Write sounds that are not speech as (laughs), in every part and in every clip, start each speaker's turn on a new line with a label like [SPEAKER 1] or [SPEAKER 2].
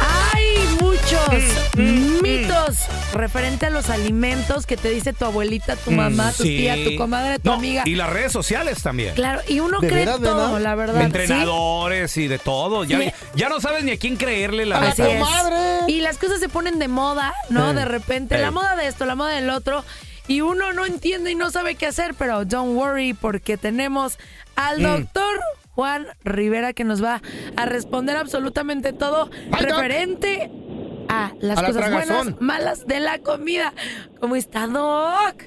[SPEAKER 1] Hay muchos mitos referente a los alimentos que te dice tu abuelita,
[SPEAKER 2] Mm,
[SPEAKER 1] tu mamá, tu
[SPEAKER 3] Sí.
[SPEAKER 1] tía, tu comadre, tu
[SPEAKER 3] No,
[SPEAKER 1] amiga.
[SPEAKER 3] Y las redes sociales también.
[SPEAKER 1] Claro, y uno
[SPEAKER 4] ¿De
[SPEAKER 1] cree
[SPEAKER 4] veras,
[SPEAKER 1] todo,
[SPEAKER 4] nena?
[SPEAKER 1] la verdad. ¿sí?
[SPEAKER 3] Entrenadores y de todo. Ya,
[SPEAKER 1] Sí.
[SPEAKER 3] ya no sabes ni a quién creerle la
[SPEAKER 1] Así
[SPEAKER 3] neta.
[SPEAKER 1] es.
[SPEAKER 4] madre!
[SPEAKER 1] Y las cosas se ponen de moda, ¿no?
[SPEAKER 3] Eh.
[SPEAKER 1] De repente,
[SPEAKER 3] Eh.
[SPEAKER 1] la moda de esto, la moda del otro. Y uno no entiende y no sabe qué hacer, pero don't worry, porque tenemos
[SPEAKER 4] Mm.
[SPEAKER 1] al doctor Juan Rivera que nos va a responder absolutamente todo
[SPEAKER 4] Ay, doc.
[SPEAKER 1] referente a las
[SPEAKER 4] A la
[SPEAKER 1] cosas buenas,
[SPEAKER 4] tragazón.
[SPEAKER 1] malas de la comida. ¿Cómo está, Doc?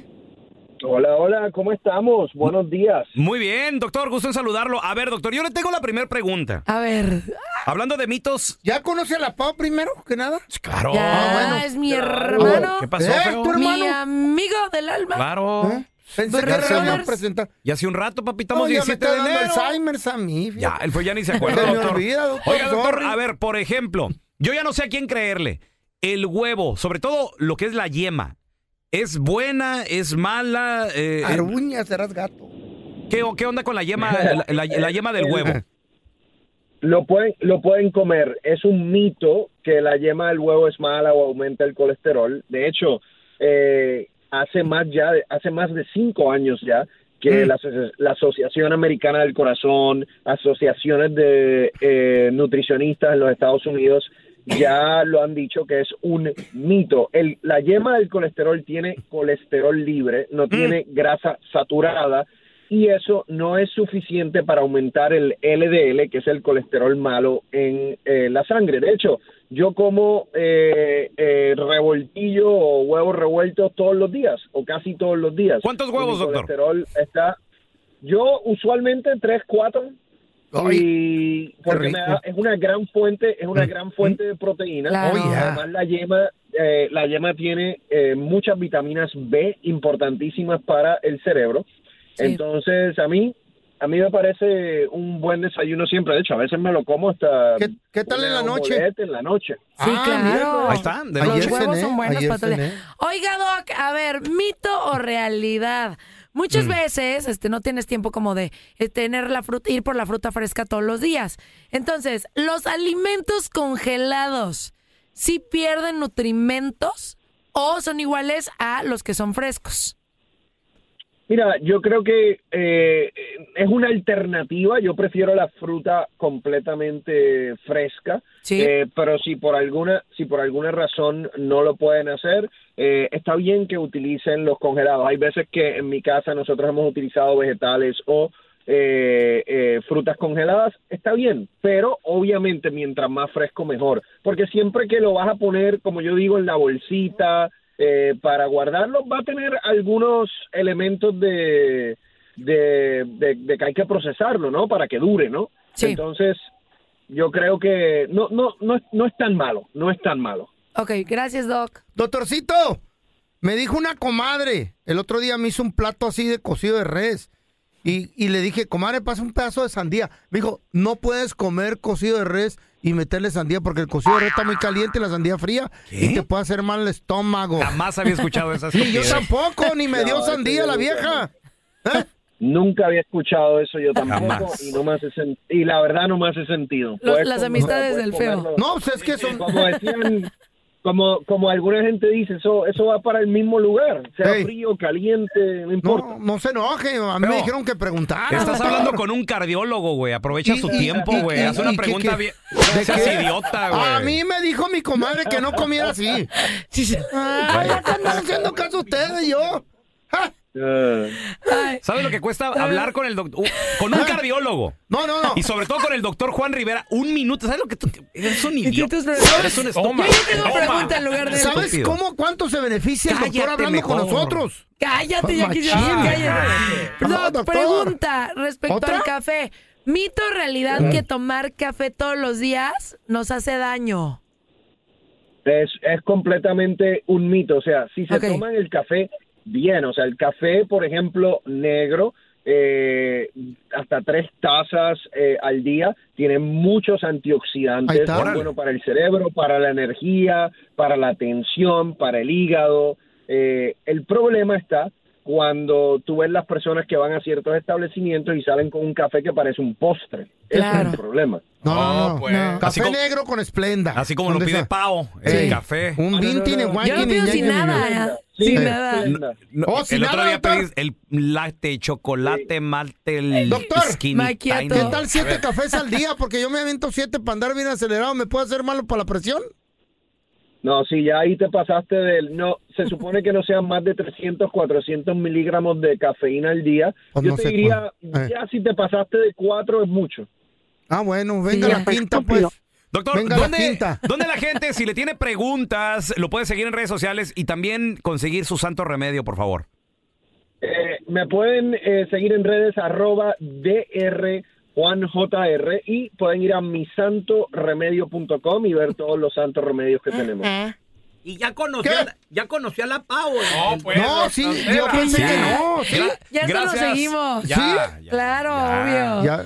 [SPEAKER 5] Hola, hola, ¿cómo estamos? Buenos días.
[SPEAKER 3] Muy bien, doctor, gusto en saludarlo. A ver, doctor, yo le tengo la primera pregunta.
[SPEAKER 1] A ver,
[SPEAKER 3] Hablando de mitos.
[SPEAKER 4] ¿Ya conoce a la Pau primero que nada?
[SPEAKER 3] Claro. Ah, Oh,
[SPEAKER 1] ya
[SPEAKER 4] Oh, bueno.
[SPEAKER 1] es mi hermano,
[SPEAKER 3] ¿Qué pasó,
[SPEAKER 4] ¿Eh?
[SPEAKER 3] feo?
[SPEAKER 4] ¿Tu hermano?
[SPEAKER 1] mi amigo del alma.
[SPEAKER 3] Claro.
[SPEAKER 4] ¿Eh? Pensé
[SPEAKER 1] Pero
[SPEAKER 4] que se iba a
[SPEAKER 1] Roberts-
[SPEAKER 4] presentar.
[SPEAKER 3] Y hace un rato, papito,
[SPEAKER 4] No,
[SPEAKER 3] estamos
[SPEAKER 4] ya me
[SPEAKER 3] 17
[SPEAKER 4] está
[SPEAKER 3] de
[SPEAKER 4] dando
[SPEAKER 3] enero.
[SPEAKER 4] Alzheimer's a mí. fíjate.
[SPEAKER 3] Ya, el fue ya
[SPEAKER 4] (laughs)
[SPEAKER 3] ni se acuerda,
[SPEAKER 4] Se me
[SPEAKER 3] doctor.
[SPEAKER 4] olvida, doctor,
[SPEAKER 3] Oiga, doctor,
[SPEAKER 4] sorry.
[SPEAKER 3] a ver, por ejemplo, yo ya no sé a quién creerle. El huevo, sobre todo lo que es la yema, ¿es buena, es mala? Eh,
[SPEAKER 4] Arbuña, serás gato.
[SPEAKER 3] ¿qué, ¿Qué onda con la yema, la, la- la yema del huevo?
[SPEAKER 5] Lo pueden, lo pueden comer. Es un mito que la yema del huevo es mala o aumenta el colesterol. De hecho, eh, hace más ya, de- hace más de cinco años ya que la, aso- la Asociación Americana del Corazón, asociaciones de eh, nutricionistas en los Estados Unidos ya lo han dicho que es un mito. El- la yema del colesterol tiene colesterol libre, no tiene grasa saturada y eso no es suficiente para aumentar el LDL, que es el colesterol malo en eh, la sangre. De hecho, yo como eh, eh, revoltillo o huevos revueltos todos los días, o casi todos los días.
[SPEAKER 3] ¿Cuántos
[SPEAKER 5] Y mi
[SPEAKER 3] huevos, doctor?
[SPEAKER 5] colesterol está... Yo usualmente tres, cuatro,
[SPEAKER 4] Ay,
[SPEAKER 5] y porque me
[SPEAKER 4] rico. Mm.
[SPEAKER 5] da- es una gran fuente es una gran fuente de proteínas
[SPEAKER 1] Claro. Oh,
[SPEAKER 4] yeah.
[SPEAKER 5] además la yema eh, la yema tiene eh, muchas vitaminas B importantísimas para el cerebro
[SPEAKER 1] Sí.
[SPEAKER 5] entonces a mí a mí me parece un buen desayuno siempre de hecho a veces me lo como hasta
[SPEAKER 4] ¿Qué- qué tal en
[SPEAKER 5] una
[SPEAKER 4] la noche?
[SPEAKER 5] omelette en la noche
[SPEAKER 1] Sí,
[SPEAKER 4] Ah,
[SPEAKER 1] claro.
[SPEAKER 4] mira,
[SPEAKER 3] Ahí está, de
[SPEAKER 4] Ayer
[SPEAKER 1] Los
[SPEAKER 3] noche.
[SPEAKER 1] huevos
[SPEAKER 4] cené,
[SPEAKER 1] son buenos
[SPEAKER 4] ayer
[SPEAKER 1] para todo el día.
[SPEAKER 4] cené.
[SPEAKER 1] Oiga, Doc, a ver, ¿mito o realidad? Muchas
[SPEAKER 3] Mm.
[SPEAKER 1] veces este, no tienes tiempo como de eh, tener la fruta, ir por la fruta fresca todos los días. Entonces, ¿los alimentos congelados sí pierden nutrimentos o son iguales a los que son frescos?
[SPEAKER 5] Mira, yo creo que eh, es una alternativa. Yo prefiero la fruta completamente fresca,
[SPEAKER 1] Sí.
[SPEAKER 5] Eh, pero si por alguna si por alguna razón no lo pueden hacer, eh, está bien que utilicen los congelados. Hay veces que en mi casa nosotros hemos utilizado vegetales o eh, eh, frutas congeladas, está bien, pero obviamente mientras más fresco mejor, porque siempre que lo vas a poner, como yo digo, en la bolsita eh, para guardarlo, va a tener algunos elementos de, de, de- de que hay que procesarlo, ¿no? Para que dure, ¿no?
[SPEAKER 1] Sí.
[SPEAKER 5] Entonces, yo creo que no, no, no, no es tan malo, no es tan malo.
[SPEAKER 1] Ok, gracias, Doc.
[SPEAKER 4] Doctorcito, me dijo una comadre, el otro día me hizo un plato así de cocido de res. Y, y le dije, comadre, pasa un pedazo de sandía. Me dijo, no puedes comer cocido de res y meterle sandía porque el cocido de res está muy caliente y la sandía fría y te puede hacer mal el estómago.
[SPEAKER 3] Jamás había escuchado
[SPEAKER 4] (laughs)
[SPEAKER 3] esas
[SPEAKER 4] Ni yo
[SPEAKER 3] comidas.
[SPEAKER 4] tampoco, ni me
[SPEAKER 3] (laughs)
[SPEAKER 4] dio
[SPEAKER 5] No,
[SPEAKER 4] sandía
[SPEAKER 5] sí,
[SPEAKER 4] la
[SPEAKER 5] yo
[SPEAKER 4] vieja.
[SPEAKER 5] Nunca había escuchado eso yo tampoco
[SPEAKER 3] Jamás.
[SPEAKER 5] y no me hace sen- y la verdad no me hace sentido.
[SPEAKER 1] Los-
[SPEAKER 5] Puedes
[SPEAKER 1] las
[SPEAKER 5] comer-
[SPEAKER 1] amistades
[SPEAKER 5] puedes
[SPEAKER 1] del feo.
[SPEAKER 5] comerlo.
[SPEAKER 4] No, pues es que son...
[SPEAKER 5] Como decían, como como alguna gente dice, eso eso va para el mismo lugar, sea
[SPEAKER 4] Ey.
[SPEAKER 5] frío, caliente, no importa.
[SPEAKER 4] No, no se enoje, a mí me
[SPEAKER 3] Pero-
[SPEAKER 4] dijeron que preguntara.
[SPEAKER 3] Estás
[SPEAKER 4] doctor.
[SPEAKER 3] hablando con un cardiólogo, güey. Aprovecha
[SPEAKER 4] (laughs) Y-
[SPEAKER 3] su
[SPEAKER 4] y-
[SPEAKER 3] tiempo,
[SPEAKER 4] y-
[SPEAKER 3] güey.
[SPEAKER 4] y-
[SPEAKER 3] Haz una
[SPEAKER 4] y-
[SPEAKER 3] pregunta
[SPEAKER 4] ¿qué- (laughs)
[SPEAKER 3] bien.
[SPEAKER 4] qué?
[SPEAKER 3] No
[SPEAKER 4] ¿De
[SPEAKER 3] seas
[SPEAKER 4] qué?
[SPEAKER 3] idiota,
[SPEAKER 4] A
[SPEAKER 3] güey.
[SPEAKER 4] mí me dijo mi comadre que no comiera así. Ay, ya te Ah, andan haciendo caso ustedes y yo. Ah, Ja.
[SPEAKER 5] Eh,
[SPEAKER 1] Ay,
[SPEAKER 3] ¿Sabes lo que cuesta hablar con el doctor? Con un cardiólogo.
[SPEAKER 4] No, no, no.
[SPEAKER 3] Y sobre todo con el doctor Juan Rivera, un minuto. ¿Sabes lo que tú eres un
[SPEAKER 1] ¿Y
[SPEAKER 3] idiota?
[SPEAKER 1] tus problemas?
[SPEAKER 3] Eres un
[SPEAKER 1] Yo
[SPEAKER 3] estómago.
[SPEAKER 1] ya tengo
[SPEAKER 3] Toma.
[SPEAKER 1] pregunta en lugar de...
[SPEAKER 4] ¿Sabes
[SPEAKER 3] Estúpido.
[SPEAKER 4] cómo cuánto se beneficia el doctor
[SPEAKER 3] Cállate
[SPEAKER 4] hablando con
[SPEAKER 3] mejor.
[SPEAKER 4] nosotros?
[SPEAKER 1] Cállate, ya quisiera
[SPEAKER 4] Machín.
[SPEAKER 1] cállate.
[SPEAKER 4] Ah,
[SPEAKER 1] Doc,
[SPEAKER 4] doctor.
[SPEAKER 1] pregunta respecto
[SPEAKER 4] ¿Otra?
[SPEAKER 1] al café. ¿Mito o realidad que tomar café todos los días nos hace daño?
[SPEAKER 5] Es, es completamente un mito. O sea, si se
[SPEAKER 1] Ok.
[SPEAKER 5] toman el café bien, o sea, el café, por ejemplo, negro, eh, hasta tres tazas eh, al día, tiene muchos
[SPEAKER 4] Ahí
[SPEAKER 5] antioxidantes.
[SPEAKER 4] está.
[SPEAKER 5] Es bueno para el cerebro, para la energía, para la atención, para el hígado. Eh, el problema está cuando tú ves las personas que van a ciertos establecimientos y salen con un café que parece un postre. Ese
[SPEAKER 1] Claro.
[SPEAKER 5] es el problema.
[SPEAKER 4] No, no,
[SPEAKER 3] No,
[SPEAKER 4] no.
[SPEAKER 3] pues.
[SPEAKER 4] No.
[SPEAKER 3] Así
[SPEAKER 4] Café
[SPEAKER 3] como-
[SPEAKER 4] negro con esplenda.
[SPEAKER 3] Así como lo
[SPEAKER 4] ¿Dónde
[SPEAKER 3] pide
[SPEAKER 4] está?
[SPEAKER 3] Pao,
[SPEAKER 4] Ey,
[SPEAKER 3] el café.
[SPEAKER 4] Un
[SPEAKER 5] No, no,
[SPEAKER 4] vintin
[SPEAKER 5] no,
[SPEAKER 4] en
[SPEAKER 5] no.
[SPEAKER 1] Yo no pido
[SPEAKER 4] guanquini,
[SPEAKER 1] sin
[SPEAKER 4] ñaña,
[SPEAKER 1] nada,
[SPEAKER 4] ñaña.
[SPEAKER 1] ya,
[SPEAKER 5] Sí.
[SPEAKER 1] sin
[SPEAKER 4] Sí.
[SPEAKER 1] nada.
[SPEAKER 5] Esplenda.
[SPEAKER 3] No,
[SPEAKER 4] Oh, sin
[SPEAKER 3] el otro
[SPEAKER 4] nada,
[SPEAKER 3] día
[SPEAKER 4] doctor.
[SPEAKER 3] pedí el latte, chocolate, malte, el
[SPEAKER 4] Doctor.
[SPEAKER 3] skinny
[SPEAKER 1] Macchiato.
[SPEAKER 3] tiny.
[SPEAKER 4] ¿Qué
[SPEAKER 1] No.
[SPEAKER 4] tal siete cafés al día? Porque yo me aviento siete para andar bien acelerado. ¿Me puede hacer malo para la presión?
[SPEAKER 5] No, sí, ya ahí te pasaste del... No, se
[SPEAKER 4] (laughs)
[SPEAKER 5] supone que no sean más de 300, 400 miligramos de cafeína al día.
[SPEAKER 4] Pues
[SPEAKER 5] Yo
[SPEAKER 4] no sé
[SPEAKER 5] te diría,
[SPEAKER 4] cuál. Eh.
[SPEAKER 5] ya si te pasaste de 4 es mucho.
[SPEAKER 4] Ah, bueno, venga
[SPEAKER 1] Sí,
[SPEAKER 4] la
[SPEAKER 1] ya.
[SPEAKER 4] quinta, pues.
[SPEAKER 3] Doctor,
[SPEAKER 4] Venga la
[SPEAKER 3] ¿dónde,
[SPEAKER 4] quinta.
[SPEAKER 3] dónde la gente, si le tiene preguntas, lo puede seguir en redes sociales y también conseguir su santo remedio, por favor?
[SPEAKER 5] Eh, me pueden eh, seguir en redes arroba dr juanjr y pueden ir a misantoremedio.com y ver todos los santos remedios que tenemos.
[SPEAKER 2] Y ya conocí,
[SPEAKER 4] ¿Qué?
[SPEAKER 2] a la, ya conocí a la Pau. No, pues.
[SPEAKER 4] No, sí, yo pensé que no. sí.
[SPEAKER 1] Ya hasta lo seguimos.
[SPEAKER 3] Ya, ya,
[SPEAKER 1] Claro, obvio.
[SPEAKER 4] Ya.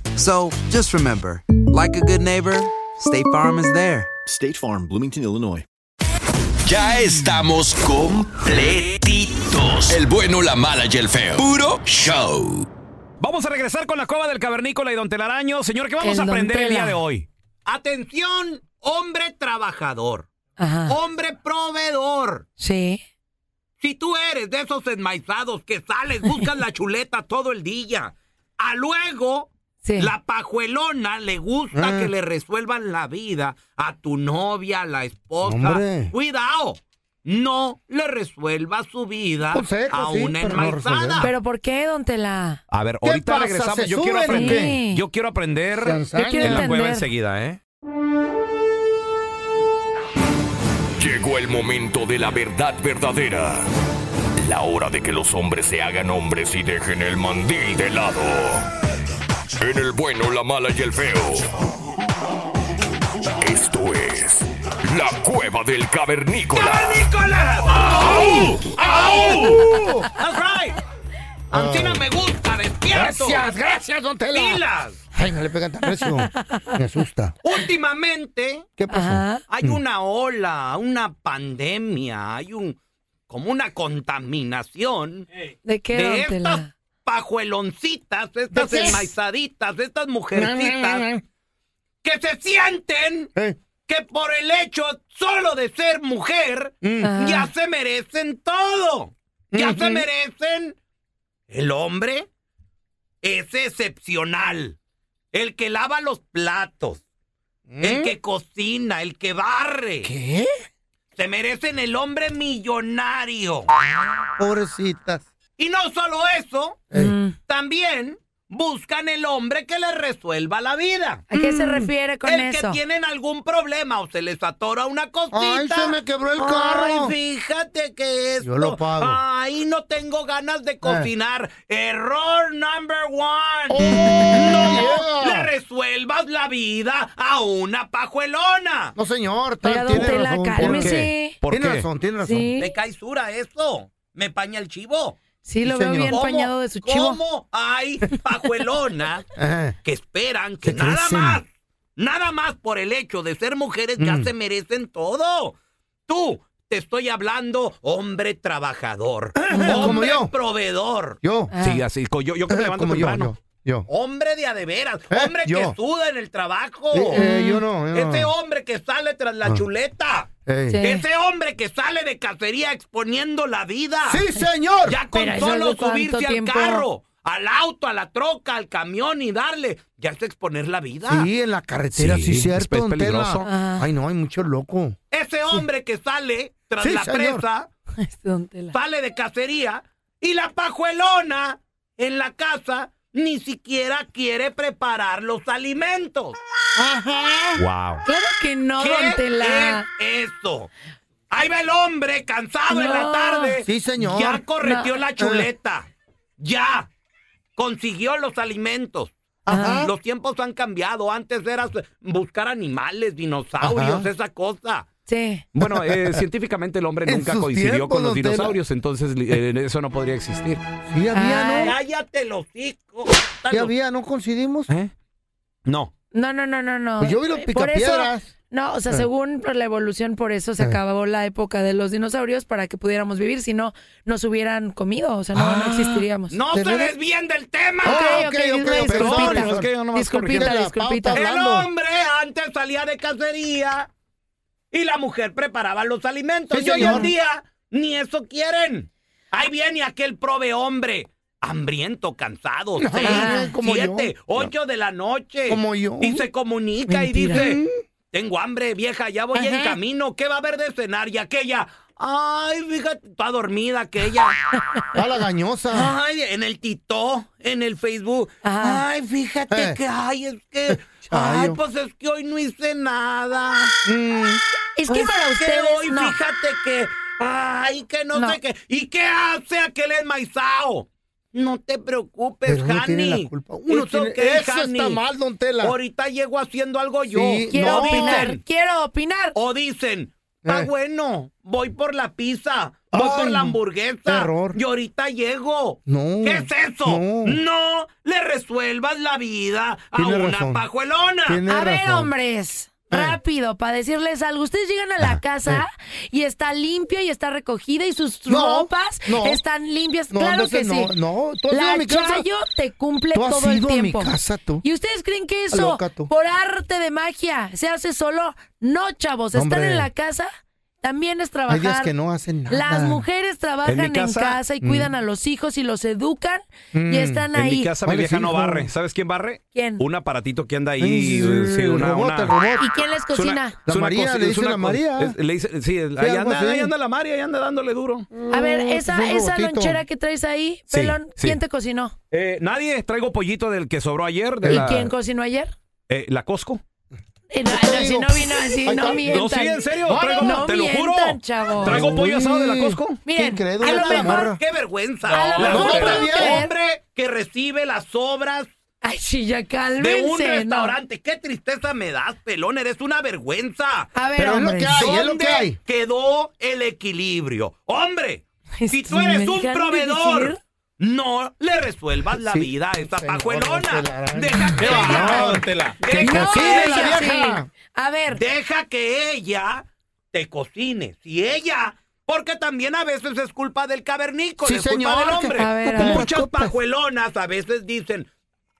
[SPEAKER 6] So just remember, like a good neighbor, State Farm is there.
[SPEAKER 7] State Farm, Bloomington, Illinois.
[SPEAKER 2] Ya estamos completitos. El bueno, la mala y el feo. Puro show.
[SPEAKER 3] Vamos a regresar con la cueva del cavernícola y don Telaraño. Señor, ¿qué vamos
[SPEAKER 1] El
[SPEAKER 3] a
[SPEAKER 1] Don
[SPEAKER 3] aprender el
[SPEAKER 1] Tela.
[SPEAKER 3] día de hoy?
[SPEAKER 2] Atención, hombre trabajador.
[SPEAKER 1] Ajá.
[SPEAKER 2] Hombre proveedor.
[SPEAKER 1] Sí.
[SPEAKER 2] Si tú eres de esos enmaizados que sales, buscas
[SPEAKER 1] (laughs)
[SPEAKER 2] la chuleta todo el día, a luego
[SPEAKER 1] Sí. Ah.
[SPEAKER 2] la pajuelona le gusta que le resuelvan la vida a tu novia, a la esposa.
[SPEAKER 4] Hombre.
[SPEAKER 2] Cuidado, no le resuelva su vida
[SPEAKER 4] Consejo,
[SPEAKER 2] a
[SPEAKER 4] sí,
[SPEAKER 2] una
[SPEAKER 4] pero no
[SPEAKER 2] enmaizada.
[SPEAKER 4] resolver.
[SPEAKER 1] Pues ¿Pero por qué, don Tela?
[SPEAKER 3] A ver,
[SPEAKER 4] ¿Qué
[SPEAKER 3] ahorita
[SPEAKER 4] pasa?
[SPEAKER 3] regresamos.
[SPEAKER 4] ¿Se
[SPEAKER 3] Yo quiero,
[SPEAKER 4] suben o
[SPEAKER 3] aprender,
[SPEAKER 1] qué?
[SPEAKER 3] yo quiero aprender
[SPEAKER 4] Se ensañan.
[SPEAKER 1] Yo quiero
[SPEAKER 3] ¿eh? en la cueva
[SPEAKER 1] entender.
[SPEAKER 3] enseguida, ¿eh?
[SPEAKER 7] Llegó el momento de la verdad verdadera. La hora de que los hombres se hagan hombres y dejen el mandil de lado. En el bueno, la mala y el feo. Esto es la cueva del cavernícola.
[SPEAKER 2] ¡Nicolás! ¡Au! ¡Au! ¡That's right! Antina me gusta, despierto.
[SPEAKER 4] Gracias, gracias, don Tela.
[SPEAKER 2] Pilas.
[SPEAKER 4] Ay, no le pegan tan recio. Me asusta.
[SPEAKER 2] Últimamente
[SPEAKER 4] ¿Qué pasó?
[SPEAKER 1] ¿Ah?
[SPEAKER 4] Ajá.
[SPEAKER 2] hay una ola, una pandemia, hay un como una contaminación
[SPEAKER 1] ¿De qué,
[SPEAKER 2] de
[SPEAKER 1] don Tela?
[SPEAKER 2] estas pajueloncitas, estas
[SPEAKER 1] ¿De qué?
[SPEAKER 2] enmaizaditas, estas mujercitas que se sienten que por el hecho solo de ser mujer
[SPEAKER 4] Mm.
[SPEAKER 2] ya
[SPEAKER 4] Ajá.
[SPEAKER 2] se merecen todo. Ya se
[SPEAKER 4] Ujú.
[SPEAKER 2] merecen el hombre es excepcional. El que lava los platos, el que cocina, el que barre.
[SPEAKER 4] ¿Mm? ¿Qué?
[SPEAKER 2] Se merecen el hombre millonario.
[SPEAKER 4] Pobrecitas.
[SPEAKER 2] Y no solo eso, también buscan el hombre que les resuelva la vida.
[SPEAKER 1] ¿A qué se refiere con
[SPEAKER 2] el
[SPEAKER 1] eso?
[SPEAKER 2] que tienen algún problema o se les atora una cosita.
[SPEAKER 4] Ay, se me quebró el carro.
[SPEAKER 2] Ay, fíjate que esto.
[SPEAKER 4] Yo lo pago. Eh.
[SPEAKER 2] Ay, no tengo ganas de cocinar. Error number one. no
[SPEAKER 4] Eh. yeah.
[SPEAKER 2] le resuelvas la vida a una pajuelona.
[SPEAKER 4] No, señor.
[SPEAKER 1] Oiga,
[SPEAKER 4] Tal,
[SPEAKER 1] don
[SPEAKER 4] tiene
[SPEAKER 1] Tela,
[SPEAKER 4] razón.
[SPEAKER 1] cálmese.
[SPEAKER 3] ¿Por
[SPEAKER 4] Tiene
[SPEAKER 3] qué?
[SPEAKER 4] razón, tiene razón.
[SPEAKER 1] Sí,
[SPEAKER 2] Me cae sura eso. Me paña el chivo.
[SPEAKER 1] sí, lo
[SPEAKER 4] Sí,
[SPEAKER 1] veo
[SPEAKER 4] señor.
[SPEAKER 1] bien pañado de su chivo.
[SPEAKER 2] ¿Cómo hay pajuelonas
[SPEAKER 4] Ajá.
[SPEAKER 2] que esperan que
[SPEAKER 4] Que
[SPEAKER 2] nada
[SPEAKER 4] crecen.
[SPEAKER 2] más, nada más por el hecho de ser mujeres
[SPEAKER 4] Mm.
[SPEAKER 2] ya se merecen todo. Tú, te estoy hablando hombre trabajador,
[SPEAKER 4] (clears throat)
[SPEAKER 2] hombre
[SPEAKER 4] Como yo.
[SPEAKER 2] proveedor,
[SPEAKER 4] Yo.
[SPEAKER 1] Ah.
[SPEAKER 3] Sí, así. co- Yo, yo
[SPEAKER 4] (clears throat)
[SPEAKER 3] que me levanto
[SPEAKER 4] (laughs) Como yo,
[SPEAKER 3] temprano.
[SPEAKER 4] yo. Yo.
[SPEAKER 2] hombre de a de veras,
[SPEAKER 4] Eh,
[SPEAKER 2] hombre
[SPEAKER 4] yo.
[SPEAKER 2] que suda en el trabajo. Mm.
[SPEAKER 4] Eh, eh, yo no. yo
[SPEAKER 2] Ese
[SPEAKER 4] no.
[SPEAKER 2] hombre que sale tras la
[SPEAKER 4] Ah.
[SPEAKER 2] chuleta.
[SPEAKER 4] Ey.
[SPEAKER 1] Sí.
[SPEAKER 2] Ese Este hombre que sale de cacería exponiendo la vida.
[SPEAKER 4] Sí, señor.
[SPEAKER 2] Ya con
[SPEAKER 1] Pero eso
[SPEAKER 2] solo
[SPEAKER 1] es de cuánto
[SPEAKER 2] subirse al
[SPEAKER 1] tiempo.
[SPEAKER 2] carro, al auto, a la troca, al camión y darle, ya es exponer la vida.
[SPEAKER 4] Sí, en la carretera, sí,
[SPEAKER 3] Sí, es-
[SPEAKER 4] cierto,
[SPEAKER 3] es
[SPEAKER 4] don Tela.
[SPEAKER 3] peligroso.
[SPEAKER 1] Ajá.
[SPEAKER 4] Ay, no, hay mucho loco.
[SPEAKER 2] Ese hombre que sale tras
[SPEAKER 4] Sí,
[SPEAKER 2] la
[SPEAKER 4] señor.
[SPEAKER 2] presa,
[SPEAKER 1] (laughs) Este don Tela.
[SPEAKER 2] sale de cacería y la pajuelona en la casa ni siquiera quiere preparar los alimentos.
[SPEAKER 3] Wow.
[SPEAKER 1] Claro que no, don Tela.
[SPEAKER 2] ¿Qué es eso? Ahí va el hombre cansado en la
[SPEAKER 1] No.
[SPEAKER 2] tarde.
[SPEAKER 4] Sí, señor.
[SPEAKER 2] Ya correteó
[SPEAKER 1] No.
[SPEAKER 2] la chuleta. Ya consiguió los alimentos.
[SPEAKER 4] Ajá.
[SPEAKER 2] Los tiempos han cambiado. Antes era buscar animales, dinosaurios,
[SPEAKER 4] Ajá.
[SPEAKER 2] esa cosa.
[SPEAKER 1] Sí.
[SPEAKER 3] Bueno,
[SPEAKER 4] (laughs)
[SPEAKER 3] eh, científicamente el hombre
[SPEAKER 4] En
[SPEAKER 3] nunca
[SPEAKER 4] sus
[SPEAKER 3] coincidió
[SPEAKER 4] tiempos,
[SPEAKER 3] con los
[SPEAKER 4] don Tela.
[SPEAKER 3] dinosaurios, entonces li- eh, eso no podría existir.
[SPEAKER 4] Sí había, ¿no?
[SPEAKER 2] Cállate los hijos.
[SPEAKER 4] Sí había, ¿no coincidimos?
[SPEAKER 3] ¿Eh? No.
[SPEAKER 1] No, no, no, no, no. Eh,
[SPEAKER 4] Pues yo vi los
[SPEAKER 1] Por eso-
[SPEAKER 4] picapiedras.
[SPEAKER 1] No, o sea,
[SPEAKER 4] Eh.
[SPEAKER 1] según la evolución, por eso se
[SPEAKER 4] Eh.
[SPEAKER 1] acabó la época de los dinosaurios para que pudiéramos vivir, si no, nos hubieran comido, o sea, no, no existiríamos.
[SPEAKER 2] No
[SPEAKER 4] ¿Te
[SPEAKER 2] se
[SPEAKER 4] ves?
[SPEAKER 2] desvíen del tema.
[SPEAKER 4] Ah,
[SPEAKER 1] ok,
[SPEAKER 4] ok,
[SPEAKER 1] ok,
[SPEAKER 4] ok,
[SPEAKER 1] una
[SPEAKER 4] perdón,
[SPEAKER 1] disculpita.
[SPEAKER 4] perdón, es que yo nomás
[SPEAKER 1] disculpita,
[SPEAKER 4] corregí la
[SPEAKER 1] disculpita.
[SPEAKER 4] pauta.
[SPEAKER 2] El
[SPEAKER 4] hablando.
[SPEAKER 2] hombre antes salía de cacería y la mujer preparaba los alimentos.
[SPEAKER 4] Sí,
[SPEAKER 2] y hoy
[SPEAKER 4] señor.
[SPEAKER 2] en día ni eso quieren. Ahí viene aquel prove hombre.
[SPEAKER 4] (laughs)
[SPEAKER 2] Hambriento, cansado,
[SPEAKER 4] No,
[SPEAKER 2] seis,
[SPEAKER 4] no, como yo.
[SPEAKER 2] siete, ocho de la noche.
[SPEAKER 4] Como yo.
[SPEAKER 2] Y se comunica
[SPEAKER 1] Mentira.
[SPEAKER 2] y dice, tengo hambre, vieja, ya voy en camino. ¿Qué va a haber de cenar? Y aquella, ay, fíjate, está
[SPEAKER 4] (laughs)
[SPEAKER 2] dormida aquella.
[SPEAKER 4] A Ah, la gañosa.
[SPEAKER 2] Ay, en el Tito, en el Facebook.
[SPEAKER 1] Ajá.
[SPEAKER 2] Ay, fíjate
[SPEAKER 4] Eh.
[SPEAKER 2] que, ay, es que.
[SPEAKER 4] Chayo.
[SPEAKER 2] Ay, pues es que hoy no hice nada.
[SPEAKER 4] Mm.
[SPEAKER 1] Es que
[SPEAKER 2] Pues
[SPEAKER 1] para
[SPEAKER 2] es que
[SPEAKER 1] ustedes
[SPEAKER 2] hoy,
[SPEAKER 1] no.
[SPEAKER 2] fíjate que. Ay, que no,
[SPEAKER 1] No.
[SPEAKER 2] sé qué. ¿Y qué hace aquel enmaizao? No te preocupes,
[SPEAKER 4] Pero uno tiene
[SPEAKER 2] Hani.
[SPEAKER 4] la culpa. Uno
[SPEAKER 2] pues, ¿Eso
[SPEAKER 4] tiene-
[SPEAKER 2] qué,
[SPEAKER 4] Eso está
[SPEAKER 2] Hani?
[SPEAKER 4] mal, don Tela.
[SPEAKER 2] Ahorita llego haciendo algo yo.
[SPEAKER 4] Sí,
[SPEAKER 1] Quiero
[SPEAKER 4] No.
[SPEAKER 1] opinar, quiero opinar.
[SPEAKER 2] O dicen, está
[SPEAKER 4] Eh.
[SPEAKER 2] bueno, voy por la pizza, voy
[SPEAKER 4] Ay,
[SPEAKER 2] por la hamburguesa.
[SPEAKER 4] error.
[SPEAKER 2] Y ahorita llego.
[SPEAKER 4] No,
[SPEAKER 2] ¿Qué es eso?
[SPEAKER 4] no.
[SPEAKER 2] No, le resuelvas la vida a
[SPEAKER 4] Tiene
[SPEAKER 2] una
[SPEAKER 4] razón.
[SPEAKER 2] pajuelona.
[SPEAKER 4] Tiene
[SPEAKER 1] A ver,
[SPEAKER 4] razón.
[SPEAKER 1] hombres.
[SPEAKER 4] Eh.
[SPEAKER 1] Rápido, para decirles algo. Ustedes llegan a la casa y está limpia y está recogida y sus
[SPEAKER 4] eh. No,
[SPEAKER 1] ropas
[SPEAKER 4] no.
[SPEAKER 1] están limpias.
[SPEAKER 4] No,
[SPEAKER 1] claro
[SPEAKER 4] veces
[SPEAKER 1] que sí.
[SPEAKER 4] no, no. Tú has ido
[SPEAKER 1] La
[SPEAKER 4] a Pues mi casa.
[SPEAKER 1] Chayo te cumple
[SPEAKER 4] Tú has
[SPEAKER 1] todo el
[SPEAKER 4] ido a mi
[SPEAKER 1] tiempo.
[SPEAKER 4] casa, tú.
[SPEAKER 1] Y ustedes creen que eso,
[SPEAKER 4] Loca, tú.
[SPEAKER 1] por arte de magia, se hace solo. No, chavos, están
[SPEAKER 4] Hombre.
[SPEAKER 1] en la casa, también es trabajar.
[SPEAKER 4] Hay días que no hacen nada.
[SPEAKER 1] Las mujeres trabajan
[SPEAKER 3] mi
[SPEAKER 1] en casa,
[SPEAKER 3] casa-
[SPEAKER 1] y cuidan a los hijos y los educan
[SPEAKER 4] Mm.
[SPEAKER 1] y están
[SPEAKER 3] En
[SPEAKER 1] ahí.
[SPEAKER 3] mi casa mi
[SPEAKER 4] ¿Cuál es,
[SPEAKER 3] vieja no
[SPEAKER 4] hijo?
[SPEAKER 3] barre. ¿sabes quién barre?
[SPEAKER 1] ¿Quién?
[SPEAKER 3] Un aparatito que anda ahí. eh,
[SPEAKER 4] Ay,
[SPEAKER 3] sí,
[SPEAKER 4] el
[SPEAKER 3] una-
[SPEAKER 4] robot,
[SPEAKER 3] una-
[SPEAKER 4] el robot.
[SPEAKER 1] ¿Y quién les
[SPEAKER 3] es una-
[SPEAKER 1] cocina?
[SPEAKER 3] es
[SPEAKER 4] La
[SPEAKER 3] una
[SPEAKER 4] María,
[SPEAKER 3] cosa-
[SPEAKER 4] le
[SPEAKER 3] es
[SPEAKER 4] dicen
[SPEAKER 3] una
[SPEAKER 4] la
[SPEAKER 3] co-
[SPEAKER 4] María.
[SPEAKER 3] es- le dice- sí, ahí,
[SPEAKER 4] algo
[SPEAKER 3] anda,
[SPEAKER 4] así.
[SPEAKER 3] ahí anda la María, ahí anda dándole duro.
[SPEAKER 1] A ver,
[SPEAKER 4] Mm,
[SPEAKER 1] esa,
[SPEAKER 4] es un
[SPEAKER 1] esa
[SPEAKER 4] robotito.
[SPEAKER 1] lonchera que traes ahí,
[SPEAKER 3] Sí,
[SPEAKER 1] pelón,
[SPEAKER 3] sí.
[SPEAKER 1] ¿quién te cocinó?
[SPEAKER 3] Eh, nadie traigo pollito del que sobró ayer. De
[SPEAKER 1] ¿Y
[SPEAKER 3] la,
[SPEAKER 1] quién cocinó ayer?
[SPEAKER 3] eh, la Costco.
[SPEAKER 1] Eh, No, no, si no vino, si
[SPEAKER 3] Ahí
[SPEAKER 1] no
[SPEAKER 3] está.
[SPEAKER 1] mientan.
[SPEAKER 3] No, sí, en serio, traigo-
[SPEAKER 1] no
[SPEAKER 3] te lo juro.
[SPEAKER 1] mientan, chavos.
[SPEAKER 3] Traigo pollo asado de la Costco.
[SPEAKER 1] Miren,
[SPEAKER 3] Qué incrédula
[SPEAKER 1] a lo
[SPEAKER 3] esta
[SPEAKER 1] mejor
[SPEAKER 3] morra.
[SPEAKER 2] ¡Qué vergüenza!
[SPEAKER 3] A lo
[SPEAKER 2] La
[SPEAKER 3] mejor
[SPEAKER 2] mujer-
[SPEAKER 3] puedo
[SPEAKER 2] el
[SPEAKER 3] creer.
[SPEAKER 2] hombre que recibe las obras
[SPEAKER 1] Ay, sí, ya
[SPEAKER 2] de un
[SPEAKER 1] cálmense, no.
[SPEAKER 2] restaurante. ¡Qué tristeza me das, pelón! ¡Eres una vergüenza!
[SPEAKER 1] A ver, Pero es lo hombre. que hay, es lo
[SPEAKER 2] ¿Dónde
[SPEAKER 1] que hay.
[SPEAKER 2] quedó el equilibrio? ¡Hombre! Si tú
[SPEAKER 1] me
[SPEAKER 2] eres un
[SPEAKER 1] dejan de
[SPEAKER 2] proveedor,
[SPEAKER 1] decir.
[SPEAKER 2] no le resuelvas la vida a esta pajuelona. Deja que
[SPEAKER 3] bárbaro,
[SPEAKER 2] ella...
[SPEAKER 3] Tela. Que
[SPEAKER 1] cocine la vieja. A ver.
[SPEAKER 2] (laughs) Deja que ella te cocine. Si ella... Porque también a veces es culpa del cavernícola,
[SPEAKER 1] Sí,
[SPEAKER 2] es culpa
[SPEAKER 1] señor,
[SPEAKER 2] del
[SPEAKER 1] que-
[SPEAKER 2] hombre.
[SPEAKER 1] A ver, a ver.
[SPEAKER 2] Muchas pajuelonas a veces dicen,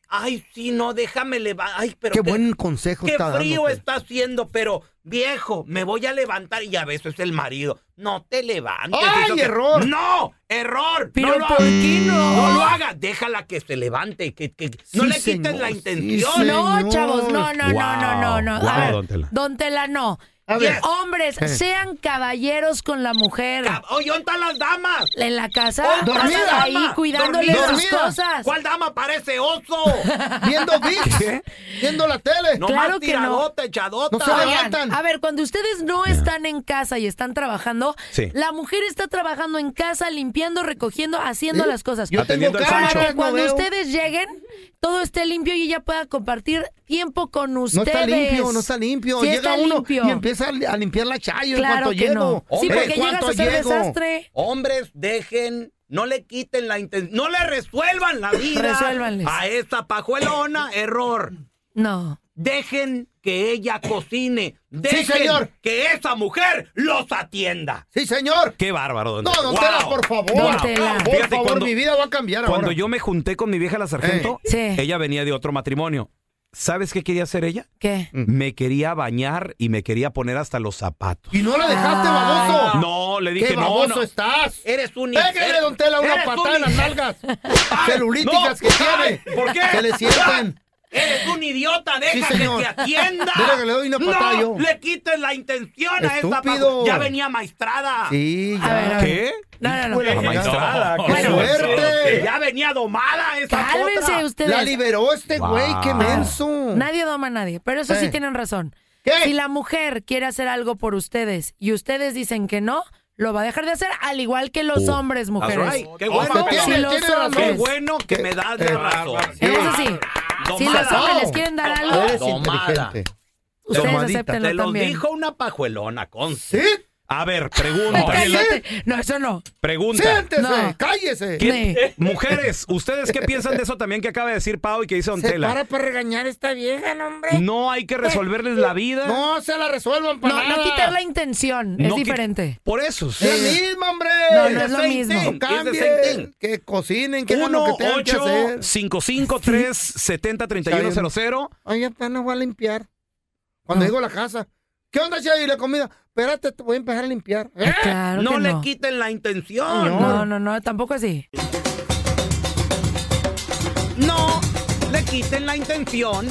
[SPEAKER 2] Ay, sí, no, déjame levantar. Ay, pero.
[SPEAKER 4] Qué
[SPEAKER 2] te-
[SPEAKER 4] buen consejo
[SPEAKER 2] Qué
[SPEAKER 4] está dando,
[SPEAKER 2] frío
[SPEAKER 4] Tela.
[SPEAKER 2] está haciendo, pero viejo, me voy a levantar. Y a veces el marido, no te levantes.
[SPEAKER 4] ¡Ay,
[SPEAKER 2] eso que-
[SPEAKER 4] error!
[SPEAKER 2] ¡No! ¡Error!
[SPEAKER 4] Pero
[SPEAKER 2] no lo
[SPEAKER 4] ¿por
[SPEAKER 2] hagas.
[SPEAKER 4] qué no?
[SPEAKER 2] No lo hagas. Déjala que se levante. Que, que- no
[SPEAKER 4] Sí,
[SPEAKER 2] le quites
[SPEAKER 4] señor,
[SPEAKER 2] la
[SPEAKER 4] sí,
[SPEAKER 2] intención.
[SPEAKER 1] No, chavos, no, no, no, no, no, no.
[SPEAKER 2] Guau,
[SPEAKER 1] a ver,
[SPEAKER 2] don Tela.
[SPEAKER 1] don Tela, no.
[SPEAKER 2] A ver.
[SPEAKER 1] Yes. Hombres,
[SPEAKER 2] Eh.
[SPEAKER 1] sean caballeros con la mujer.
[SPEAKER 2] Oye, ¿dónde están las damas?
[SPEAKER 1] En la casa,
[SPEAKER 2] ¿Dónde está la
[SPEAKER 1] pasan ahí
[SPEAKER 2] dama?
[SPEAKER 1] cuidándole
[SPEAKER 2] Dormidas.
[SPEAKER 1] sus cosas.
[SPEAKER 2] ¿Cuál dama parece
[SPEAKER 1] (laughs)
[SPEAKER 2] oso?
[SPEAKER 4] Viendo VIX, viendo la tele.
[SPEAKER 2] No
[SPEAKER 1] Claro
[SPEAKER 2] más
[SPEAKER 1] que no.
[SPEAKER 2] tiradota, echadota.
[SPEAKER 1] Oigan, A ver, cuando ustedes no están en casa y están trabajando,
[SPEAKER 2] Sí.
[SPEAKER 1] la mujer está trabajando en casa, limpiando, recogiendo, haciendo
[SPEAKER 2] Sí.
[SPEAKER 1] las cosas.
[SPEAKER 2] Yo Atendiendo tengo al
[SPEAKER 1] Para
[SPEAKER 2] Sancho.
[SPEAKER 1] que
[SPEAKER 2] cámaras,
[SPEAKER 1] cuando
[SPEAKER 2] no veo.
[SPEAKER 1] ustedes lleguen, todo esté limpio y ella pueda compartir tiempo con
[SPEAKER 4] No
[SPEAKER 1] ustedes.
[SPEAKER 4] está limpio, no está limpio.
[SPEAKER 1] Sí
[SPEAKER 4] Llega
[SPEAKER 1] está
[SPEAKER 4] uno
[SPEAKER 1] limpio.
[SPEAKER 4] y empieza a li- a limpiar la chayo
[SPEAKER 1] Claro
[SPEAKER 4] en cuanto
[SPEAKER 1] que
[SPEAKER 4] llego.
[SPEAKER 1] no. Sí,
[SPEAKER 4] Hombre,
[SPEAKER 1] porque
[SPEAKER 4] ¿en cuanto
[SPEAKER 1] llegas a ser
[SPEAKER 4] llego?
[SPEAKER 1] desastre.
[SPEAKER 2] Hombres, dejen, no le quiten la intención, no le resuelvan la vida
[SPEAKER 1] Resuélvanles.
[SPEAKER 2] a esta pajuelona, error.
[SPEAKER 1] No.
[SPEAKER 2] Dejen que ella cocine, dejen
[SPEAKER 4] señor.
[SPEAKER 2] que esa mujer los atienda.
[SPEAKER 4] Sí, señor.
[SPEAKER 3] Qué bárbaro, don
[SPEAKER 4] No,
[SPEAKER 3] Tela.
[SPEAKER 4] don
[SPEAKER 3] Wow.
[SPEAKER 4] Tela, por favor.
[SPEAKER 3] Wow.
[SPEAKER 4] Por
[SPEAKER 3] Fíjate,
[SPEAKER 4] favor,
[SPEAKER 3] cuando-
[SPEAKER 4] mi vida va a cambiar
[SPEAKER 3] Cuando
[SPEAKER 4] ahora.
[SPEAKER 3] yo me junté con mi vieja la sargento,
[SPEAKER 4] Eh.
[SPEAKER 3] ella venía de otro matrimonio. ¿Sabes qué quería hacer ella?
[SPEAKER 1] ¿Qué?
[SPEAKER 4] Mm.
[SPEAKER 3] Me quería bañar y me quería poner hasta los zapatos.
[SPEAKER 4] ¿Y no la dejaste, baboso?
[SPEAKER 3] No, le dije
[SPEAKER 4] ¡Qué
[SPEAKER 3] no,
[SPEAKER 4] baboso
[SPEAKER 3] no.
[SPEAKER 4] estás!
[SPEAKER 2] ¡Eres un
[SPEAKER 4] ¡Pégale,
[SPEAKER 3] infierno.
[SPEAKER 4] don Tela, una
[SPEAKER 3] Eres
[SPEAKER 4] patada
[SPEAKER 3] un
[SPEAKER 4] en las nalgas! ¡Celulíticas
[SPEAKER 3] no.
[SPEAKER 4] que tiene!
[SPEAKER 3] Ay, ¿por qué?
[SPEAKER 4] ¡Que le sientan!
[SPEAKER 2] Eres un idiota, deja
[SPEAKER 4] Sí,
[SPEAKER 2] que
[SPEAKER 4] señor.
[SPEAKER 2] te atienda.
[SPEAKER 4] Mira que le doy una patada
[SPEAKER 2] no
[SPEAKER 4] yo.
[SPEAKER 2] le quites la intención a esta
[SPEAKER 4] Estúpido.
[SPEAKER 2] pajuelona. Ya venía
[SPEAKER 3] Ah.
[SPEAKER 2] maestrada.
[SPEAKER 4] Sí, ya.
[SPEAKER 3] ¿Qué?
[SPEAKER 1] No, no,
[SPEAKER 4] Hijo de
[SPEAKER 1] no.
[SPEAKER 4] la maestrada,
[SPEAKER 2] No,
[SPEAKER 4] ¡Qué
[SPEAKER 2] bueno,
[SPEAKER 4] suerte!
[SPEAKER 2] Ya venía domada esa
[SPEAKER 1] Cálmense
[SPEAKER 2] otra.
[SPEAKER 1] ustedes.
[SPEAKER 4] La liberó este
[SPEAKER 1] Wow.
[SPEAKER 4] güey, qué menso.
[SPEAKER 1] Nadie doma a nadie, pero eso sí
[SPEAKER 4] Eh.
[SPEAKER 1] tienen razón. Si la mujer quiere hacer algo por ustedes y ustedes dicen que no, lo va a dejar de hacer al igual que los
[SPEAKER 3] Oh,
[SPEAKER 1] hombres,
[SPEAKER 3] that's
[SPEAKER 1] mujeres.
[SPEAKER 3] right. Qué bueno,
[SPEAKER 1] Ojo,
[SPEAKER 3] tiene-
[SPEAKER 1] si los
[SPEAKER 3] tiene razón.
[SPEAKER 1] hombres-
[SPEAKER 3] Qué bueno que me das la razón.
[SPEAKER 1] Eso sí. Si los hombres les quieren dar
[SPEAKER 4] Ah,
[SPEAKER 1] algo,
[SPEAKER 2] Eres
[SPEAKER 4] inteligente.
[SPEAKER 1] Ustedes
[SPEAKER 3] Tomadita.
[SPEAKER 1] acéptenlo
[SPEAKER 3] Te los
[SPEAKER 1] también.
[SPEAKER 3] dijo una pajuelona, con
[SPEAKER 4] ¿Sí?
[SPEAKER 3] A ver,
[SPEAKER 1] Eh,
[SPEAKER 3] pregunta.
[SPEAKER 1] cállate. No, eso no.
[SPEAKER 3] Pregunta.
[SPEAKER 4] ¡Siéntese!
[SPEAKER 1] No.
[SPEAKER 4] ¡Cállese!
[SPEAKER 3] ¿Qué- Mujeres, ¿ustedes qué piensan de eso también que acaba de decir Pau y que dice Don
[SPEAKER 4] Se
[SPEAKER 3] Tela?
[SPEAKER 4] para para regañar esta vieja, no, hombre.
[SPEAKER 3] No hay que resolverles la vida.
[SPEAKER 4] No se la resuelvan para
[SPEAKER 1] No,
[SPEAKER 4] nada.
[SPEAKER 1] no quitar la intención.
[SPEAKER 3] No
[SPEAKER 1] es
[SPEAKER 3] qui-
[SPEAKER 1] diferente.
[SPEAKER 3] Por eso. sí.
[SPEAKER 4] Es la misma, hombre.
[SPEAKER 1] No, no es lo
[SPEAKER 2] Same
[SPEAKER 1] mismo.
[SPEAKER 2] thing. It's the same
[SPEAKER 4] Cambien,
[SPEAKER 2] thing.
[SPEAKER 4] que cocinen, que hagan lo que tengan que hacer.
[SPEAKER 3] 1-855-370-3100.
[SPEAKER 4] Ay, apenas voy a limpiar. Cuando llego a la casa. ¿Qué onda, Chay? ¿Y la comida? Espérate, te voy a empezar a limpiar. ¿Eh?
[SPEAKER 1] Claro
[SPEAKER 2] No
[SPEAKER 1] que
[SPEAKER 2] le
[SPEAKER 1] no.
[SPEAKER 2] quiten la intención.
[SPEAKER 1] No, no, no, tampoco así.
[SPEAKER 2] no le quiten la intención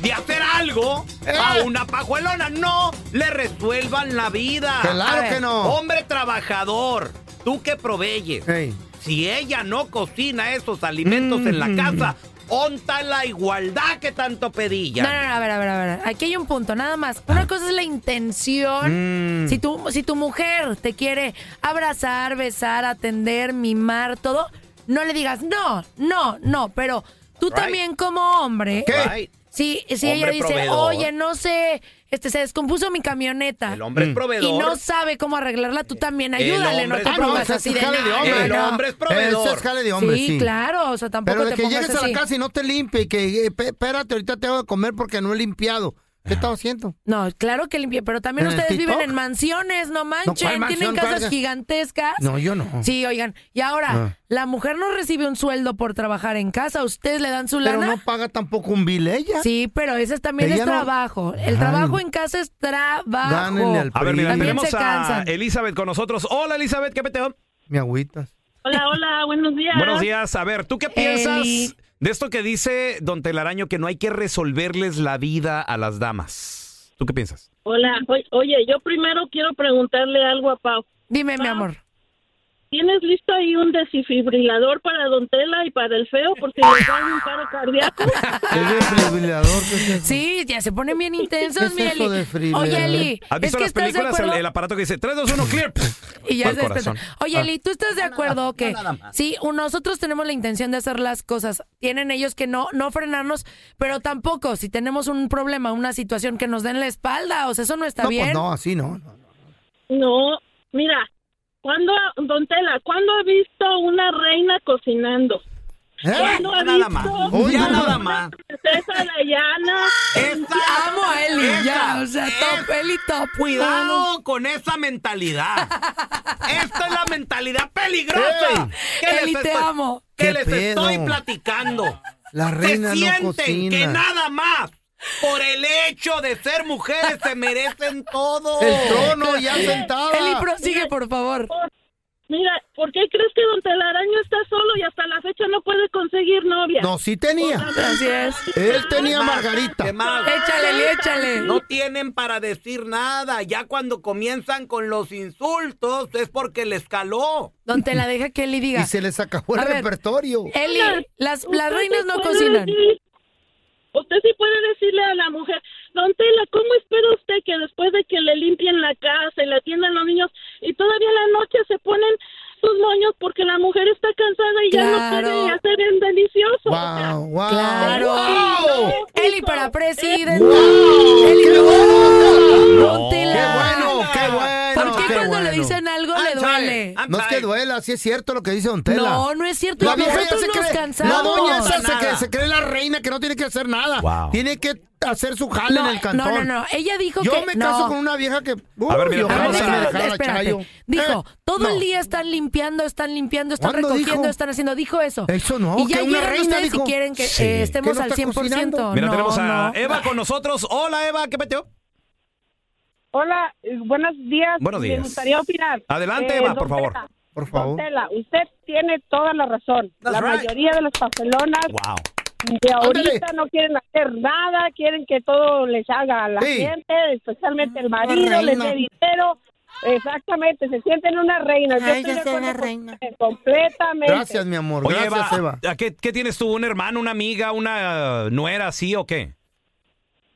[SPEAKER 2] de hacer algo
[SPEAKER 4] Eh.
[SPEAKER 2] a una pajuelona. No le resuelvan la vida.
[SPEAKER 4] Claro
[SPEAKER 1] A ver.
[SPEAKER 4] que no.
[SPEAKER 2] Hombre trabajador, tú que proveyes.
[SPEAKER 4] Ey.
[SPEAKER 2] Si ella no cocina esos alimentos en
[SPEAKER 4] Mm.
[SPEAKER 2] la casa, onta la igualdad que tanto pedilla.
[SPEAKER 1] No, no, no, a ver, a ver, a ver. Aquí hay un punto, nada más. Una cosa es la
[SPEAKER 2] Mm.
[SPEAKER 1] intención. Si, tu, si tu mujer te quiere abrazar, besar, atender, mimar, todo, no le digas no, no, no. Pero tú
[SPEAKER 2] Right.
[SPEAKER 1] también como hombre,
[SPEAKER 2] ¿Qué?
[SPEAKER 1] si, si
[SPEAKER 2] Hombre
[SPEAKER 1] ella dice,
[SPEAKER 2] proveedor.
[SPEAKER 1] oye, no sé, este se descompuso mi camioneta.
[SPEAKER 2] El hombre
[SPEAKER 4] Mm.
[SPEAKER 2] es proveedor.
[SPEAKER 1] Y no sabe cómo arreglarla, tú también
[SPEAKER 2] El
[SPEAKER 1] ayúdale, no
[SPEAKER 2] hombre
[SPEAKER 1] te
[SPEAKER 2] es- Ah,
[SPEAKER 4] no,
[SPEAKER 1] pongas
[SPEAKER 4] ese es
[SPEAKER 1] así de,
[SPEAKER 4] jale de
[SPEAKER 1] "No,
[SPEAKER 4] hombre".
[SPEAKER 2] el
[SPEAKER 1] no".
[SPEAKER 2] hombre es proveedor.
[SPEAKER 4] Ese es jale de hombre, sí.
[SPEAKER 1] sí, claro, o sea, tampoco
[SPEAKER 4] Pero de
[SPEAKER 1] te
[SPEAKER 4] que
[SPEAKER 1] pongas
[SPEAKER 4] llegues a
[SPEAKER 1] así.
[SPEAKER 4] la casa y no te limpie y que, eh, pe- espérate, ahorita te voy a comer porque no he limpiado. ¿Qué estaba haciendo?
[SPEAKER 1] No, claro que limpie, pero también
[SPEAKER 4] ¿En el
[SPEAKER 1] ustedes viven
[SPEAKER 4] TikTok?
[SPEAKER 1] en mansiones, no
[SPEAKER 4] No,
[SPEAKER 1] manchen,
[SPEAKER 4] ¿cuál
[SPEAKER 1] tienen
[SPEAKER 4] mansión,
[SPEAKER 1] casas
[SPEAKER 4] cuál?
[SPEAKER 1] gigantescas.
[SPEAKER 4] No, yo no.
[SPEAKER 1] Sí, oigan, y ahora,
[SPEAKER 4] Ah.
[SPEAKER 1] la mujer no recibe un sueldo por trabajar en casa, ustedes le dan su lana.
[SPEAKER 4] Pero no paga tampoco un bill ella.
[SPEAKER 1] Sí, pero ese también
[SPEAKER 4] Ella
[SPEAKER 1] es
[SPEAKER 4] no-
[SPEAKER 1] trabajo.
[SPEAKER 4] Ay.
[SPEAKER 1] El trabajo en casa es trabajo.
[SPEAKER 4] Gánenle al
[SPEAKER 3] A ver, mira,
[SPEAKER 4] También
[SPEAKER 3] tenemos
[SPEAKER 1] se
[SPEAKER 3] a
[SPEAKER 1] cansan.
[SPEAKER 3] Elizabeth con nosotros. Hola, Elizabeth, ¿qué peteo?
[SPEAKER 4] Mi (laughs) agüitas.
[SPEAKER 8] Hola, hola, buenos días.
[SPEAKER 3] Buenos días. A ver, ¿tú qué piensas
[SPEAKER 1] Eli.
[SPEAKER 3] de esto que dice Don Telaraño que no hay que resolverles la vida a las damas? ¿Tú qué piensas?
[SPEAKER 8] Hola, oy- oye, yo primero quiero preguntarle algo a Pau.
[SPEAKER 3] Ah.
[SPEAKER 1] Dime, mi amor.
[SPEAKER 8] ¿Tienes listo ahí un desfibrilador para Don Tela y para el feo? Porque les dan un paro
[SPEAKER 2] (laughs)
[SPEAKER 8] cardíaco.
[SPEAKER 1] Sí, ya se
[SPEAKER 4] (laughs)
[SPEAKER 1] ponen bien
[SPEAKER 8] ¿Qué
[SPEAKER 1] intensos,
[SPEAKER 8] es
[SPEAKER 1] mi
[SPEAKER 8] eso
[SPEAKER 1] Eli.
[SPEAKER 8] de
[SPEAKER 3] frijoles?
[SPEAKER 1] Oye, Eli,
[SPEAKER 3] ¿Has
[SPEAKER 1] es
[SPEAKER 3] visto
[SPEAKER 1] que
[SPEAKER 3] las
[SPEAKER 1] estás de
[SPEAKER 3] películas? El,
[SPEAKER 1] acuerdo.
[SPEAKER 3] el aparato que dice 3, 2, 1, clear.
[SPEAKER 1] Y ya
[SPEAKER 3] ¿Cuál
[SPEAKER 1] se descansa.
[SPEAKER 3] corazón?
[SPEAKER 1] Oye,
[SPEAKER 3] Ah.
[SPEAKER 1] Eli, ¿tú estás de acuerdo que
[SPEAKER 3] nada más.
[SPEAKER 1] sí, u- nosotros tenemos la intención de hacer las cosas? Tienen ellos que no, no frenarnos, pero tampoco si tenemos un problema, una situación que nos den la espalda, o sea, eso no está
[SPEAKER 4] No,
[SPEAKER 1] bien.
[SPEAKER 4] pues no, así no.
[SPEAKER 8] No, mira, ¿cuándo, Don Tela, ¿cuándo ha visto una reina cocinando? ¿Cuándo ha visto una
[SPEAKER 2] Ya nada Eh, más.
[SPEAKER 8] princesa Dayana?
[SPEAKER 1] este- Amo a Eli, ya, o sea, top, Eli top.
[SPEAKER 2] Cuidado con esa mentalidad. Esta es la mentalidad peligrosa.
[SPEAKER 1] Ey, Eli, te
[SPEAKER 2] estoy-
[SPEAKER 1] amo.
[SPEAKER 2] Que
[SPEAKER 1] ¿Qué
[SPEAKER 2] les
[SPEAKER 1] pedo?
[SPEAKER 2] estoy platicando.
[SPEAKER 4] La reina no
[SPEAKER 2] se sienten
[SPEAKER 4] cocina.
[SPEAKER 2] que nada más por el hecho de ser mujeres se merecen todo.
[SPEAKER 4] El trono
[SPEAKER 8] ya sentada.
[SPEAKER 1] Eli, prosigue, por favor.
[SPEAKER 8] Mira, ¿por qué crees que Don Telaraño está solo y hasta la fecha no puede conseguir novia?
[SPEAKER 4] No, sí tenía.
[SPEAKER 1] Así es.
[SPEAKER 4] Él tenía a Margarita.
[SPEAKER 1] Échale, Eli, échale.
[SPEAKER 2] No tienen para decir nada. Ya cuando comienzan con los insultos es porque les caló.
[SPEAKER 1] Don Tela, deja que Eli diga.
[SPEAKER 4] Y se les acabó
[SPEAKER 1] A
[SPEAKER 4] el
[SPEAKER 1] ver,
[SPEAKER 4] repertorio.
[SPEAKER 1] Eli, las,
[SPEAKER 8] Usted
[SPEAKER 1] las
[SPEAKER 8] sí
[SPEAKER 1] reinas no
[SPEAKER 8] puede
[SPEAKER 1] cocinan.
[SPEAKER 8] decir- usted sí puede decirle a la mujer, Don Tela, ¿cómo espera usted que después de que le limpien la casa y le atiendan los niños y todavía en la noche se ponen sus moños porque la mujer está cansada y ya no
[SPEAKER 1] Claro.
[SPEAKER 8] puede hacer el delicioso?
[SPEAKER 4] Wow, wow.
[SPEAKER 1] Claro.
[SPEAKER 4] Wow.
[SPEAKER 1] Eli para presidente.
[SPEAKER 4] Wow,
[SPEAKER 1] Eli,
[SPEAKER 4] ¡Qué bueno!
[SPEAKER 1] Don Tela.
[SPEAKER 4] ¡Qué bueno! ¡Qué bueno!
[SPEAKER 1] ¿Por qué
[SPEAKER 4] qué
[SPEAKER 1] cuando
[SPEAKER 4] bueno.
[SPEAKER 1] le dicen algo le duele?
[SPEAKER 4] No es que duela, sí es cierto lo que dice Don Tela.
[SPEAKER 1] No, no es cierto.
[SPEAKER 4] La
[SPEAKER 1] y
[SPEAKER 4] vieja ya
[SPEAKER 1] nosotros
[SPEAKER 4] se
[SPEAKER 1] nos
[SPEAKER 4] cree. La
[SPEAKER 1] cansamos.
[SPEAKER 4] doña esa se
[SPEAKER 2] Nada.
[SPEAKER 4] cree, se cree la reina que no tiene que hacer nada.
[SPEAKER 3] Wow.
[SPEAKER 4] Tiene que hacer su jale en el
[SPEAKER 1] no, eh,
[SPEAKER 4] cantón.
[SPEAKER 1] no, no. Ella dijo
[SPEAKER 4] Yo
[SPEAKER 1] que.
[SPEAKER 4] me caso
[SPEAKER 1] no.
[SPEAKER 4] con una vieja que.
[SPEAKER 3] A ver, mira,
[SPEAKER 4] Uy, ojalá
[SPEAKER 3] vamos
[SPEAKER 4] se
[SPEAKER 3] a-
[SPEAKER 4] me dejara
[SPEAKER 1] Espérate.
[SPEAKER 4] Chayo.
[SPEAKER 1] Dijo,
[SPEAKER 4] Eh,
[SPEAKER 1] todo el
[SPEAKER 4] no.
[SPEAKER 1] día están limpiando, están limpiando, están
[SPEAKER 4] ¿Cuándo
[SPEAKER 1] recogiendo,
[SPEAKER 4] dijo?
[SPEAKER 1] están haciendo. Dijo eso.
[SPEAKER 4] Eso no,
[SPEAKER 1] Y ya
[SPEAKER 4] que una
[SPEAKER 1] llegan
[SPEAKER 4] reina
[SPEAKER 1] ustedes
[SPEAKER 4] dijo.
[SPEAKER 1] y quieren que
[SPEAKER 3] Sí.
[SPEAKER 1] eh, estemos
[SPEAKER 4] ¿Que no
[SPEAKER 1] al
[SPEAKER 4] está
[SPEAKER 1] 100%.
[SPEAKER 4] cocinando?
[SPEAKER 3] Oh, Mira,
[SPEAKER 1] no,
[SPEAKER 3] tenemos a
[SPEAKER 1] no.
[SPEAKER 3] Eva con nosotros. Hola, Eva, ¿qué peteo?
[SPEAKER 9] Hola, eh, buenos días.
[SPEAKER 3] Buenos días.
[SPEAKER 9] Me gustaría opinar. Eh,
[SPEAKER 3] Adelante, Eva,
[SPEAKER 9] don
[SPEAKER 3] por favor.
[SPEAKER 9] Tela,
[SPEAKER 4] Por
[SPEAKER 9] don
[SPEAKER 4] favor.
[SPEAKER 9] Tela, usted tiene toda la razón.
[SPEAKER 2] That's
[SPEAKER 9] la
[SPEAKER 2] right.
[SPEAKER 9] mayoría de las pastelonas
[SPEAKER 3] Wow.
[SPEAKER 9] de ahorita
[SPEAKER 4] Ándale.
[SPEAKER 9] no quieren hacer nada, quieren que todo les haga a la
[SPEAKER 4] Sí.
[SPEAKER 9] gente, especialmente el marido,
[SPEAKER 4] reina.
[SPEAKER 9] les dé dinero. Exactamente, se sienten una reina. Yo estoy de acuerdo con usted, completamente.
[SPEAKER 4] Gracias, mi amor.
[SPEAKER 3] Oye,
[SPEAKER 4] Gracias, Eva.
[SPEAKER 3] Eva, ¿a qué, qué tienes tú? ¿Un hermano, una amiga, una eh, nuera así o qué?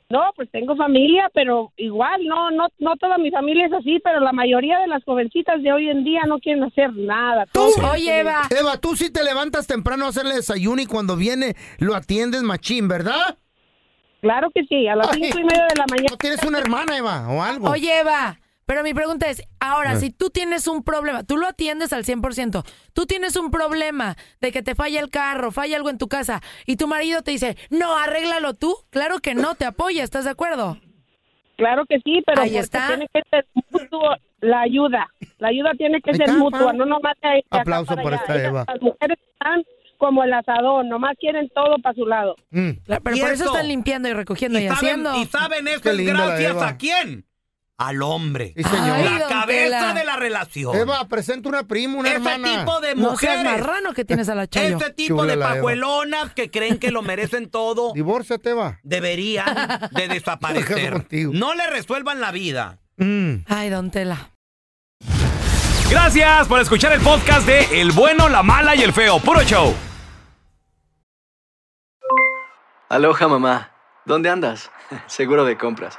[SPEAKER 9] No, pues tengo familia, pero igual, no, no, no toda mi familia es así, pero la mayoría de las jovencitas de hoy en día no quieren hacer nada.
[SPEAKER 4] Tú.
[SPEAKER 9] Todo-
[SPEAKER 1] Oye, Eva.
[SPEAKER 4] Eva, tú sí te levantas temprano a hacerle desayuno y cuando viene lo atiendes machín, ¿verdad?
[SPEAKER 9] Claro que sí, a las
[SPEAKER 4] Ay.
[SPEAKER 9] cinco y media de la mañana.
[SPEAKER 4] ¿No tienes una hermana, Eva, o algo?
[SPEAKER 1] Oye, Eva, pero mi pregunta es, ahora, si tú tienes un problema, tú lo atiendes al 100%, tú tienes un problema de que te falla el carro, falla algo en tu casa, y tu marido te dice, no, arréglalo tú, claro que no, te apoya, ¿estás de acuerdo?
[SPEAKER 9] Claro que sí, pero
[SPEAKER 1] Ahí
[SPEAKER 9] porque
[SPEAKER 4] ¿Ah?
[SPEAKER 1] está.
[SPEAKER 9] tiene que ser mutuo la ayuda. La ayuda tiene que
[SPEAKER 4] Ahí
[SPEAKER 9] ser
[SPEAKER 4] está,
[SPEAKER 9] mutua,
[SPEAKER 4] pa.
[SPEAKER 9] no nomás de, de acá
[SPEAKER 4] Aplauso
[SPEAKER 9] para
[SPEAKER 4] para
[SPEAKER 9] allá.
[SPEAKER 4] esta
[SPEAKER 9] Ellas-
[SPEAKER 4] Eva.
[SPEAKER 9] Las mujeres están como el asador, nomás quieren todo para su lado.
[SPEAKER 4] Mm.
[SPEAKER 1] La- pero
[SPEAKER 2] Y
[SPEAKER 1] por eso
[SPEAKER 2] eso.
[SPEAKER 1] están limpiando y recogiendo y,
[SPEAKER 2] ¿Y saben,
[SPEAKER 1] haciendo.
[SPEAKER 2] y saben
[SPEAKER 4] Qué
[SPEAKER 2] esto es
[SPEAKER 4] linda la
[SPEAKER 2] gracias
[SPEAKER 4] Eva.
[SPEAKER 2] a quién? Al hombre.
[SPEAKER 4] Sí, señor.
[SPEAKER 1] Ay,
[SPEAKER 2] la
[SPEAKER 1] don
[SPEAKER 2] cabeza
[SPEAKER 1] Tela.
[SPEAKER 2] de la relación.
[SPEAKER 4] Eva, presenta una prima, una
[SPEAKER 2] ese
[SPEAKER 4] hermana.
[SPEAKER 2] tipo de
[SPEAKER 1] No seas
[SPEAKER 2] mujeres. Este
[SPEAKER 1] marrano que tienes a la Chayo.
[SPEAKER 2] ese tipo
[SPEAKER 4] Chula
[SPEAKER 2] de
[SPEAKER 4] la Eva.
[SPEAKER 2] pajuelonas que creen que lo
[SPEAKER 4] (laughs)
[SPEAKER 2] merecen todo
[SPEAKER 4] Divórciate, Eva.
[SPEAKER 2] deberían
[SPEAKER 1] (laughs)
[SPEAKER 2] de
[SPEAKER 4] Yo me caso
[SPEAKER 2] desaparecer.
[SPEAKER 4] contigo.
[SPEAKER 2] No le resuelvan la vida.
[SPEAKER 4] Mm.
[SPEAKER 1] Ay, don Tela.
[SPEAKER 3] Gracias por escuchar el podcast de El bueno, la mala y el feo. Puro show.
[SPEAKER 10] Aloha mamá, ¿dónde andas? (laughs) Seguro de compras.